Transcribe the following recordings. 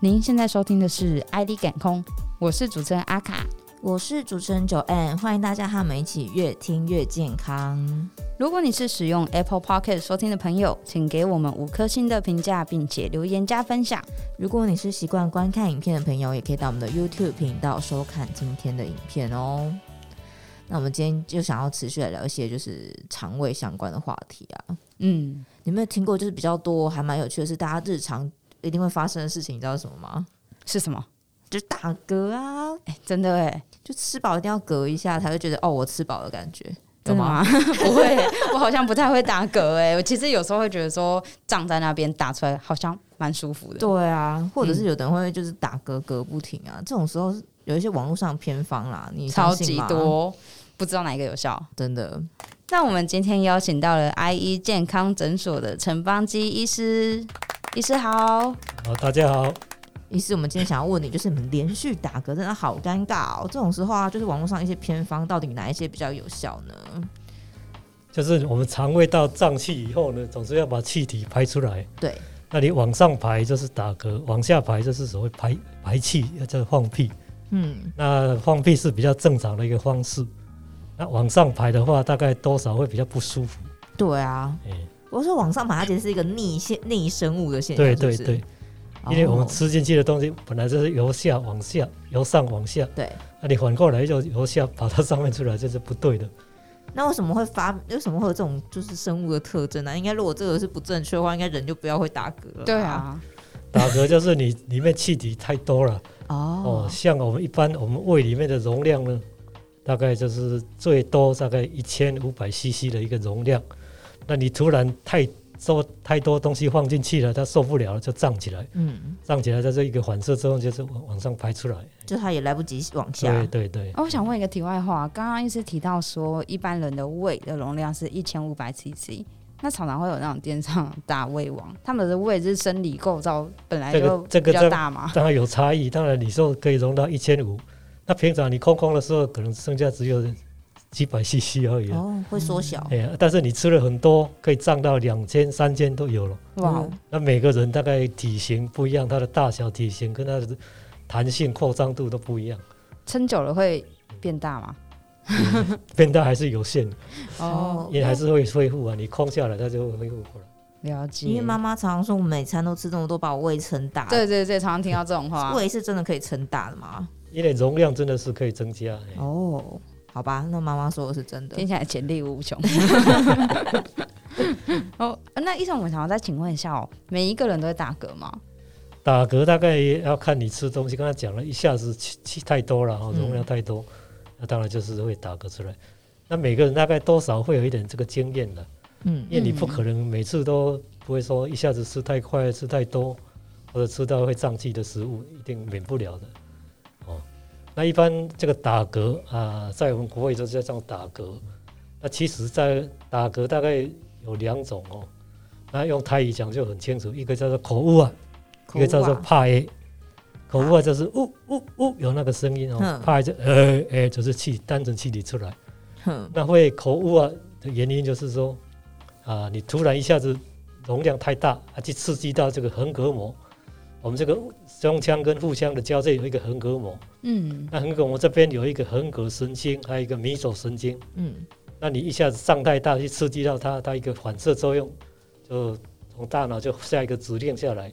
您现在收听的是 ID 感空，我是主持人阿卡。我是主持人九 N，欢迎大家和我们一起越听越健康。如果你是使用 Apple Pocket 收听的朋友，请给我们五颗星的评价，并且留言加分享。如果你是习惯观看影片的朋友，也可以到我们的 YouTube 频道收看今天的影片哦。那我们今天就想要持续来聊一些就是肠胃相关的话题啊。嗯，你有没有听过就是比较多还蛮有趣的是，大家日常一定会发生的事情，你知道是什么吗？是什么？就是打嗝啊，哎、真的哎，就吃饱一定要嗝一下才会觉得哦，我吃饱的感觉，有真的吗？吗？ 不会欸，我好像不太会打嗝哎。我其实有时候会觉得说胀在那边打出来好像蛮舒服的。对啊，或者是有的人会就是打嗝嗝不停啊，这种时候有一些网络上的偏方啦，你超相信级吗，多，不知道哪一个有效。真的。那我们今天邀请到了 IE 健康诊所的陈邦基医师，医师好。好，大家好。意思我们今天想要问你，就是你们连续打嗝真的好尴尬哦。这种时候啊，就是网络上一些偏方，到底哪一些比较有效呢？就是我们肠胃道胀气以后呢，总是要把气体排出来。对，那你往上排就是打嗝，往下排就是所谓排排气，叫放屁。嗯，那放屁是比较正常的一个方式。那往上排的话，大概多少会比较不舒服。对啊，哎、我说网上马它其实是一个逆现逆生物的现象，哎对是不对是对，因为我们哦吃进去的东西本来就是由下往下，由上往下，对。那你反过来就由下把它上面出来，这是不对的。那为什么会发？为什么会有这种就是生物的特征啊呢、应该如果这个是不正确的话，应该人就不要会打嗝了。对，啊，打嗝就是你 里面气体太多了。哦哦，，像我们一般，我们胃里面的容量呢，大概就是最多大概一千五百 CC 的一个容量。那你突然太多太多东西放进去了，它受不了了，就胀起来，嗯，胀起来，在这一个反射之后，就是往往上排出来。就他也来不及往下。对对对，哦我想问一个题外话，刚刚医师提到说，一般人的胃的容量是一千五百 CC，那常常会有那种电商大胃王，他们的胃是生理构造本来这个就这比个较在大嘛，当然有差异。当然你说可以容到一千五，那平常你空空的时候，可能剩下只有几百 CC 而已啊、哦，会缩小。哎呀，但是你吃了很多，可以胀到两千、三千都有了。哇嗯，那每个人大概体型不一样，它的大小、体型跟它的弹性、扩张度都不一 样，撑久了会变大嘛？变大还是有限的，哦，也还是会恢复啊。你空下来，它就会恢复过来。了解。因为妈妈常常说，我每餐都吃这么多，把我胃撑大。对，对对，常常听到这种话。胃是真的可以撑大的吗？因为容量真的是可以增加。哎哦，好吧，那妈妈说的是真的听。起来潜力无 穷。哦，那医生，我想要再请问一下哦，每一个人都会打嗝吗？打嗝大概要看你吃东西，刚才讲了一下子气气太多了哈，嗯容量太多，那当然就是会打嗝出来。那每个人大概多少会有一点这个经验的，嗯因为你不可能每次都不会说一下子吃太快、吃太多，或者吃到会胀气的食物，一定免不了的。哦，那一般这个打嗝啊，在我们国外都是叫打嗝。那其实，在打嗝大概有两种哦。那用泰语讲就很清楚，一个叫做口误啊，口一误个叫做啊怕耶。口误啊，就是呜呜呜，有那个声音哦嗯。怕就呃呃，就是气单纯气体出来。哼，那会口误啊的原因就是说，啊，你突然一下子容量太大，啊，去刺激到这个横膈膜。我们这个胸腔跟腹腔的交界有一个横膈膜，嗯，那横膈膜这边有一个横膈神经，还有一个迷走神经。嗯，那你一下子胀太大，去刺激到它，它一个反射作用，就从大脑就下一个指令下来，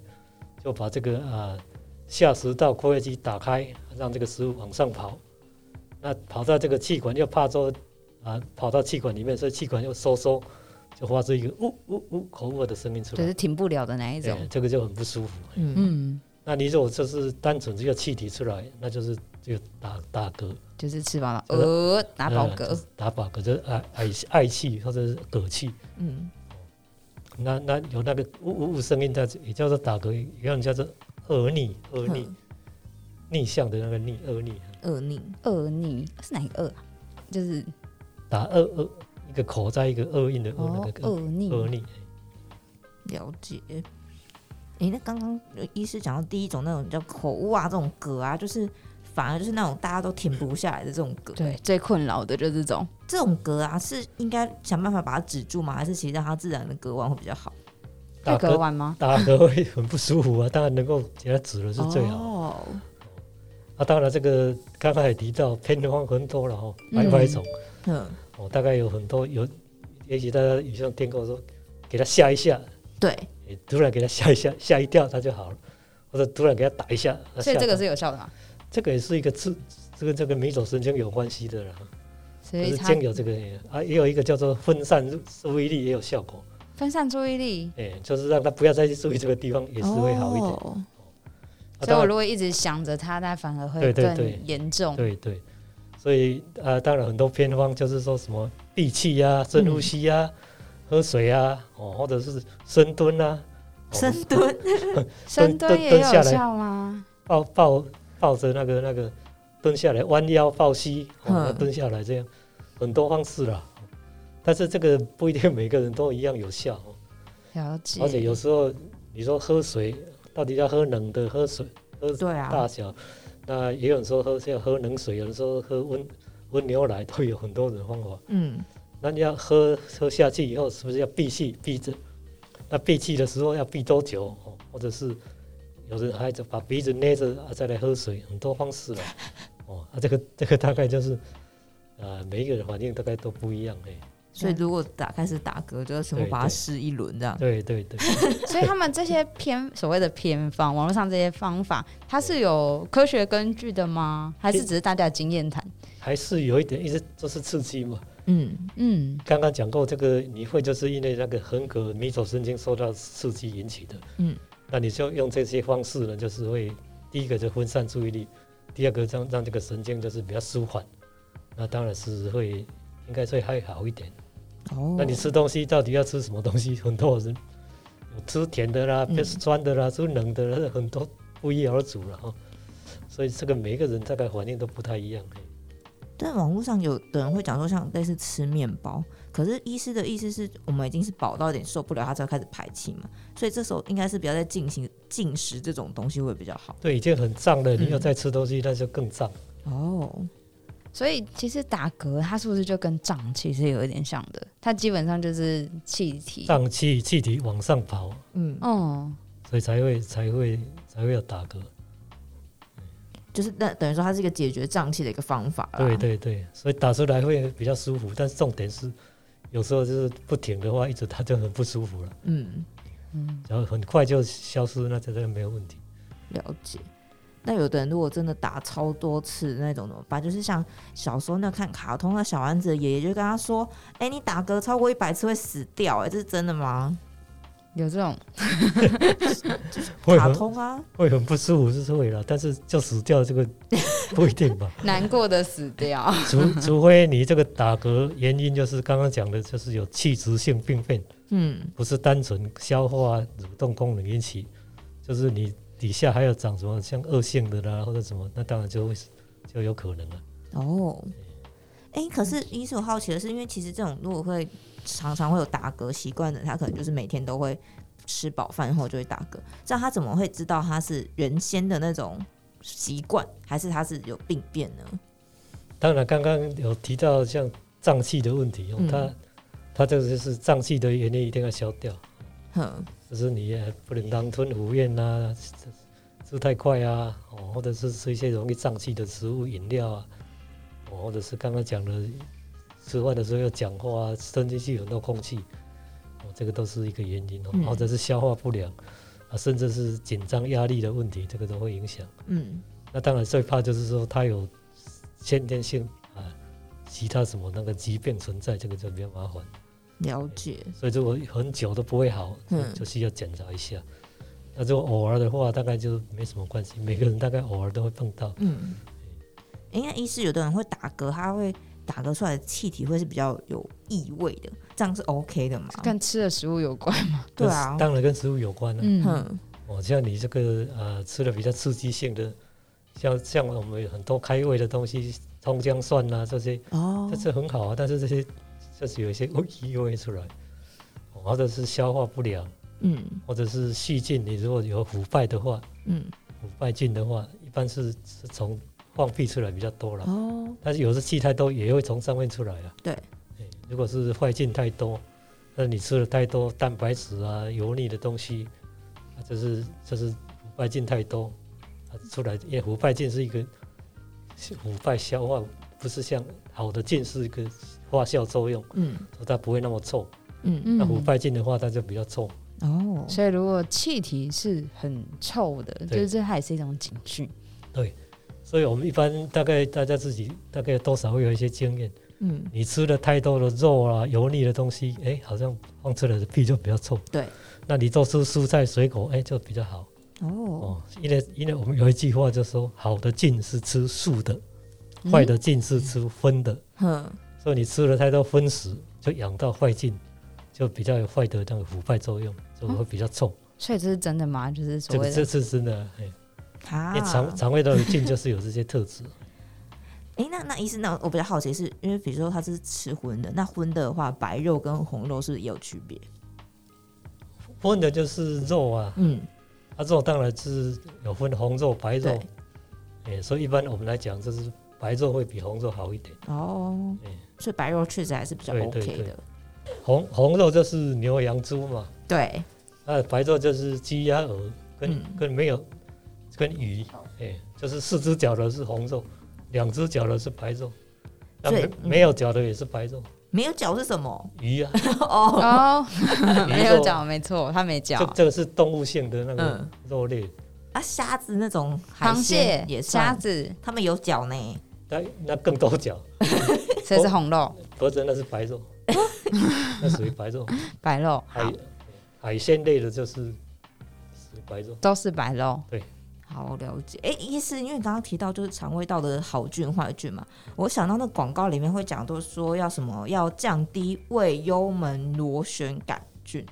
就把这个啊、下食道括约肌打开，让这个食物往上跑。那跑到这个气管又怕说啊、跑到气管里面，所以气管又收缩，就发出一个呜呜呜口误的声音出就来是。停不了的那一种哎。这个就很不舒服。嗯，嗯，那你如果就是单纯这个气体出来，那就是这个打打嗝、就是吃饱了，这个呃，打饱呃嗝。打饱嗝，就是爱爱爱气或者是嗝气。嗯，那那有那个呜呜呜声音，它也叫做打嗝，也有人叫做恶逆，恶逆嗯哼逆向的那个逆，恶逆恶逆。恶逆是哪一个恶啊？就是打恶恶一个口在一个恶印的恶哦那，个恶恶逆。恶逆，了解。诶，那刚刚医师讲到第一种那种叫口误啊，这种嗝啊，就是反而就是那种大家都停不下来的这种嗝。对，，最困扰的就是这种。这种嗝啊，是应该想办法把它止住吗？还是其实让它自然的嗝完会比较好？会打隔嗝晚吗？打嗝会很不舒服啊，当然能够给它止了是最好。哦，啊，当然这个刚才也提到偏方很多了哦，嗯百百种、嗯，哦，大概有很多有，也许大家有像电工说，给它吓一吓，对，诶突然给它吓一吓，吓一跳它就好了，或者突然给它打一下，它所以呃吓这个到是有效的嘛？这个也是一个治，这跟这个迷走神经有关系的啦，所就以是它经有这个也啊，也有一个叫做分散注意力也有效果，分散注意力。哎、就是让他不要再去注意这个地方，也是会好一点。哦啊所以我当如果一直想着它，那反而会对对对更严重然。对对，所以啊、呃当然很多偏方就是说什么闭气呀、深呼吸呀、喝水啊，哦，或者是深蹲啊，哦深蹲，深蹲蹲也蹲下有来效吗？抱抱抱着那个那个蹲下来，弯腰抱膝，哦嗯、蹲下来这样，很多方式啦。但是这个不一定每个人都一样有效、哦，了解。而且有时候你说喝水，到底要喝冷的喝水对啊大，小，那也有人说喝要喝冷水，有人说喝温温牛奶，都有很多种方法。嗯，那你要喝喝下去以后，是不是要闭气闭着？那闭气的时候要闭多久？哦，或者是有人还把鼻子捏着啊，再来喝水，很多方式了。哦，那、这个这个大概就是，呃，每一个人反应大概都不一样哎、所以如果打开始打嗝，就要全部对把它对试一轮这样。对对对，所以他们这些 偏所谓的偏方，网络上这些方法，它是有科学根据的吗？还是只是大家的经验谈？还是有一点，一直就是刺激嘛。嗯，嗯，刚刚讲过，这个你会就是因为那个横膈迷走神经受到刺激引起的。嗯，那你就用这些方式呢，就是会第一个就分散注意力，第二个让让这个神经就是比较舒缓，那当然是会应该会还好一点。哦那你吃东西到底要吃什么东西？很多人有吃甜的啦，嗯吃酸的啦，吃冷的啦，很多不一而足了哈。哦所以这个每一个人大概反应都不太一样。嗯嘿但啊网络上有的人会讲说，像类似吃面包，可是医师的意思是我们已经是饱到有点受不了，他才开始排气嘛，所以这时候应该是不要再进行进食这种东西会比较好。对，已经很胀了，你又嗯再吃东西，那就更胀。哦，所以其实打嗝它是不是就跟胀气是有一点像的？它基本上就是气体。胀气气体往上跑，嗯，哦，所以才会才会才会有打嗝。就是那等于说它是一个解决胀气的一个方法啦。对对对，所以打出来会比较舒服，但是重点是有时候就是不停的话，一直它就很不舒服了，嗯，嗯，然后很快就消失，那真的没有问题。了解。那有的人如果真的打超多次那种怎么办？就是像小时候那看卡通啊的小丸子的爷爷就跟他说：“哎、你打嗝超过一百次会死掉、哎，这是真的吗？有这种会卡很通啊，会很不舒服是会了，但是就死掉这个 不一定吧，难过的死掉。除除非你这个打嗝原因就是刚刚讲的，就是有器质性病变，嗯，不是单纯消化蠕动功能引起，就是你底下还有长什么像恶性的啦或者什么，那当然就会就有可能了。哦，哎、可是医生我好奇的是，因为其实这种如果会常常会有打嗝习惯的，他可能就是每天都会吃饱饭后就会打嗝，这样他怎么会知道他是原先的那种习惯，还是他是有病变呢？当然，刚刚有提到像胀气的问题，哦嗯它它这个就是胀气的原因一定要消掉，哼，就是你也不能狼吞虎咽啊，吃吃太快啊，哦，或者是吃一些容易胀气的食物、饮料啊，哦，或者是刚刚讲的吃饭的时候要讲话啊，吞进去很多空气，哦，这个都是一个原因哦，嗯或者是消化不良啊，甚至是紧张压力的问题，这个都会影响。嗯，那当然最怕就是说他有先天性啊，其他什么那个疾病存在，这个就比较麻烦。了解，所以如果很久都不会好，嗯就需要检查一下。那如果偶尔的话，大概就没什么关系。每个人大概偶尔都会碰到，嗯，因为医师有的人会打嗝，他会打嗝出来的气体会是比较有异味的，这样是 OK 的嘛？ 跟吃的食物有关。对啊跟，当然跟食物有关了、嗯，哼，哦，像你这个呃吃的比较刺激性的，像像我们有很多开胃的东西，葱姜蒜啊这些，哦这，是很好啊。但是这些就是有一些异味出来，哦或者是消化不良。嗯或者是细菌，你如果有腐败的话，嗯，腐败菌的话，一般是是从放屁出来比较多了，哦，但是有时气太多也会从上面出来啊。对哎，如果是坏菌太多，那你吃了太多蛋白质啊、油腻的东西，啊、这是这是腐败菌太多，啊、出来因为腐败菌是一个是腐败消化，不是像好的菌是一个发酵作用，嗯所以它不会那么臭。嗯嗯那腐败菌的话，它就比较臭。哦，所以如果气体是很臭的，就对是这它也是一种警讯。所以我们一般大概大家自己大概多少会有一些经验，嗯你吃了太多的肉啊、油腻的东西，哎，好像放出来的屁就比较臭。对，那你多吃蔬菜水果，哎，就比较好。哦，哦，因为因为我们有一句话就说，好的菌是吃素的，嗯坏的菌是吃荤的，哼，所以你吃了太多荤食，就养到坏菌，就比较有坏的那个腐败作用，就会比较臭。嗯所以这是真的吗？就是所这谓个的这次真的，哎，因啊为，肠肠胃道的菌就是有这些特质。 哎，那那医生，那我比较好奇是，因为比如说他是吃荤的，那荤的话，白肉跟红肉是不是也有区别？荤的就是肉啊，嗯，啊肉当然是有分红肉、白肉对，哎，所以一般我们来讲，就是白肉会比红肉好一点。哦对，所以白肉确实还是比较对 OK 对对的，红红肉就是牛、羊、猪嘛，对，那白肉就是鸡、鸭、鹅，跟、嗯跟没有跟鱼，哎、就是四只脚的是红肉，两只脚的是白肉，那所以没嗯没有脚的也是白肉，没有脚是什么？鱼 啊，哦， 哦，鱼没有肉讲，没错，它没这讲。这个是动物性的那个嗯肉类，啊，虾子那种海螃蟹鲜、也虾算，子，他们有脚呢。那、那更多脚，所以是红肉、不是那是 白肉，那属于白肉，白肉，海好，海鲜类的就是属于白肉，都是白肉。好了解，哎、医师，因为你刚刚提到就是肠胃道的好菌坏菌嘛，我想到那广告里面会讲都说要什么要降低胃幽门螺旋杆菌，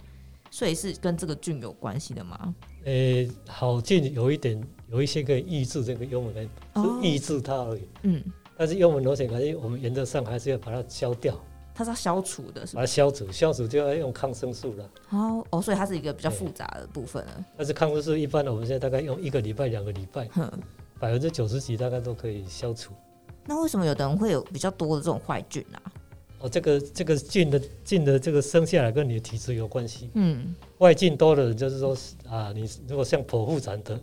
所以是跟这个菌有关系的吗？呃、好菌有一点有一些可以抑制这个幽门杆菌，哦是抑制它而已。嗯，但是幽门螺旋杆菌，我们原则上还是要把它消掉，它是要消除的，是把吧？它消除，消除就要用抗生素了。哦哦，所以它是一个比较复杂的部分了。但是抗生素一般我们现在大概用一个礼拜、两个礼拜，哼，百分之九十几大概都可以消除。那为什么有的人会有比较多的这种坏菌啊？哦，这个这个菌的菌的这个生下来跟你的体质有关系，嗯，外菌多的人就是说啊，你如果像剖腹产的，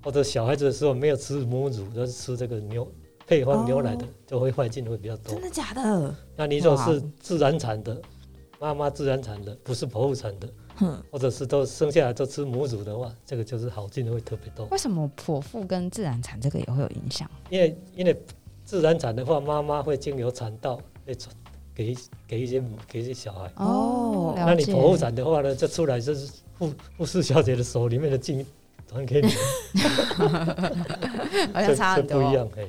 或者小孩子的时候没有吃母乳，而是吃这个牛配方牛奶的，就会坏菌会比较多真。的假的？那你如果哇是自然产的，妈妈自然产的，不是剖腹产的，哼，或者是都生下来都吃母乳的话，这个就是好菌会特别多。为什么剖腹跟自然产这个也会有影响？因为因为自然产的话，妈妈会经由产道会传给一给一些母给一些小孩。哦了那你解剖腹产的话呢，就出来就是护护士小姐的手里面的菌 传给你， 好这像差这很多，嗯不一样哎。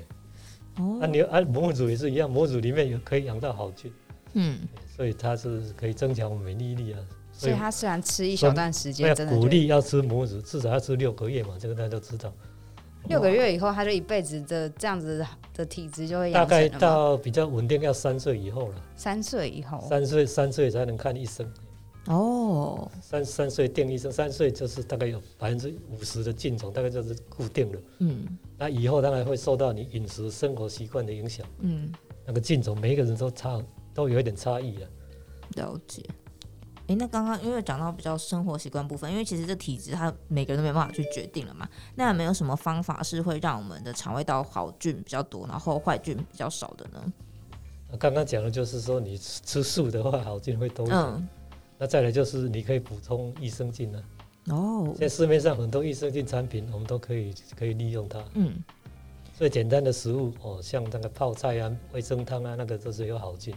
哦那、，你啊母乳也是一样，母乳里面有可以养到好菌，哎嗯，所以它是可以增强我们免疫力啊。所以他虽然吃一所以小段时间，要真的鼓就励要吃母乳，至少要吃六个月嘛，这个大家都知道。六个月以后，他就一辈子的这样子的体质就会大养概成了嘛。到比较稳定要三岁以后了，三岁以后，三岁三岁才能看医生。哦，三三岁定医生，三岁就是大概有百分之五十的菌种，大概就是固定的。嗯那以后当然会受到你饮食生活习惯的影响，嗯。那个菌种每一个人都差都有一点差异了。啊了解。诶，那刚刚因为讲到比较生活习惯部分，因为其实这体质它每个人都没办法去决定了嘛。那有没有什么方法是会让我们的肠胃道好菌比较多，然后坏菌比较少的呢？那刚刚讲的就是说，你吃吃素的话，好菌会多一点。嗯，那再来就是你可以补充益生菌啊，哦现，在市面上很多益生菌产品，我们都可以可以利用它。嗯，最简单的食物哦，像那个泡菜啊、味噌汤啊，那个都是有好菌，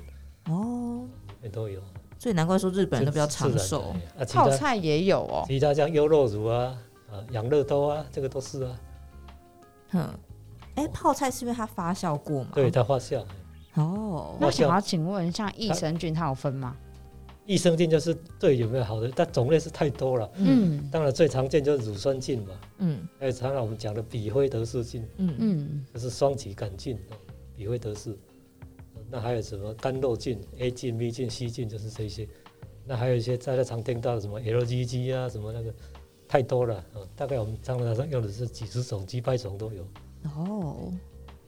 哦，也都有。所以难怪说日本人都比较自然长的寿。哎啊，其泡他菜也有哦，其他像优酪乳啊、啊养乐多啊，这个都是啊，嗯，诶，泡菜是因为它发酵过嘛？对。它发酵。哎哦，那我我想像要请问，像益生菌它有分吗？益生菌就是对有没有好的，但种类是太多了。嗯嗯当然最常见就是乳酸菌嘛，嗯还有常常我们讲的比辉德氏菌，嗯嗯，就是双歧杆菌，哦比辉德氏。那还有什么甘露菌、A 菌、B 菌、C 菌，就是这些。那还有一些大家常听到的什么 LGG 啊，什么那个太多了啊、哦大概我们常常用的是几十种、几百种都有。嗯，哦，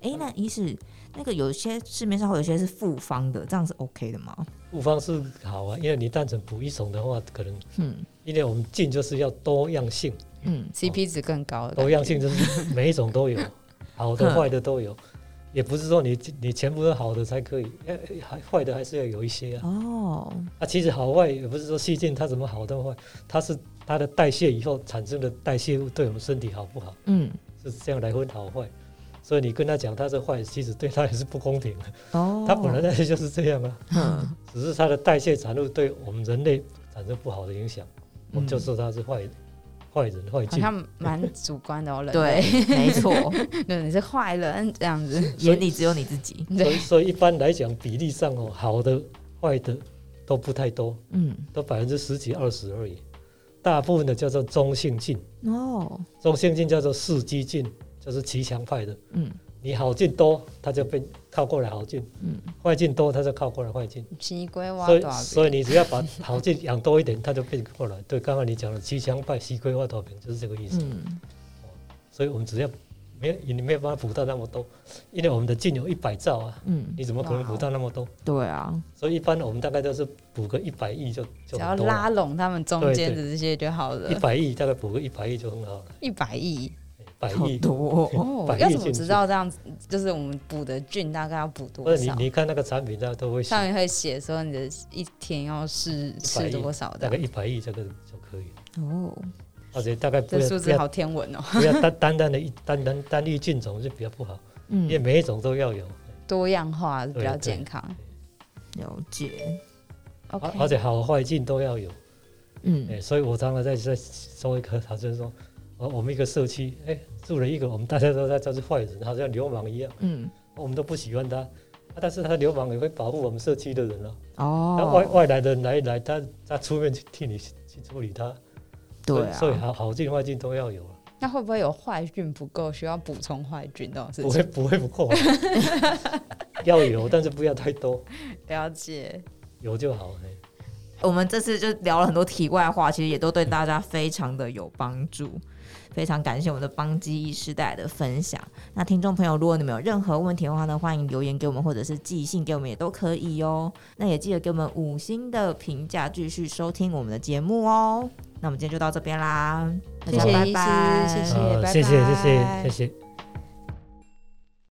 哎、那医师，那个有些市面上会有些是复方的，这样是 OK 的吗？复方是好啊，因为你单纯补一种的话，可能嗯因为我们进就是要多样性，嗯， CP 值更高的感多觉哦样性就是每一种都 有，好的嗯坏的都有，也不是说你你全部都好的才可以，哎还坏的还是要有一些啊。哦，啊，其实好坏也不是说细菌它怎么好的坏，它是它的代谢以后产生的代谢物对我们身体好不好，嗯是这样来分好坏。所以你跟他讲它是坏，其实对他也是不公平的。哦，它本来那些就是这样啊，嗯只是它的代谢产物对我们人类产生不好的影响，我们就说它是坏人、坏人、坏嗯好菌。像蛮主观的哦，人对类，没错，对，你是坏 人这样子，所以眼里只有你自己。所以，所以一般来讲，比例上哦，好的、坏的都不太多，嗯，都百分之十几、二十而已。大部分的叫做中性菌，哦，中性菌叫做四基菌，就是骑墙派的。嗯你好菌多，它就被靠过来好菌；嗯，坏菌多，它就靠过来坏菌。奇龟挖所以多，啊少所以你只要把 好菌养多一点，它就变过来。对，刚刚你讲的骑墙派、西龟化导品就是这个意思。嗯所以我们只要没有，你没有办法补到那么多，因为我们的菌有一百兆啊，嗯，你怎么可能补到那么多？哦对啊，所以一般我们大概都是补个一百亿就只就要很多了拉，拢他们中间的对这些就好了一，百亿大概补个一百亿就很好了，一百亿百好亿。多哦、 哦百，亿要怎么进知去道这样子？就是我们补的菌大概要补多或者你少？你看那个产品，它都会写上面会写说你的一天要是吃多少大的概，一百亿这个就可以了，哦，而且大概不这要数不字要好天文哦，不要单单单的一单单单一菌种就比较不好，因为嗯，每一种都要有，多样化比较对对健康。了解，而 OK，而且好坏菌都要有。哎、嗯所以我常常在在说一个，他就是说，我我们一个社区，哎、住了一个我们大家都在他是坏人，好像流氓一样，嗯，我们都不喜欢他。啊但是他流氓也会保护我们社区的人啊，那、外哦，外来的人来来，他他出面去替你去去处理他，对所以啊，所以好好菌坏菌都要有啊，那会不会有坏菌不够，需要补充坏菌这种事情？不会不会不够啊、要有，但是不要太多，了解，有就好。哎我们这次就聊了很多题外话，其实也都对大家非常的有帮助。非常感谢我们的邦基医师带来的分享。那听众朋友，如果你们有任何问题的话呢，欢迎留言给我们，或者是寄信给我们也都可以哦。那也记得给我们五星的评价，继续收听我们的节目哦。那我们今天就到这边啦，大谢家谢拜医师拜，谢谢呃拜谢谢谢拜谢谢谢。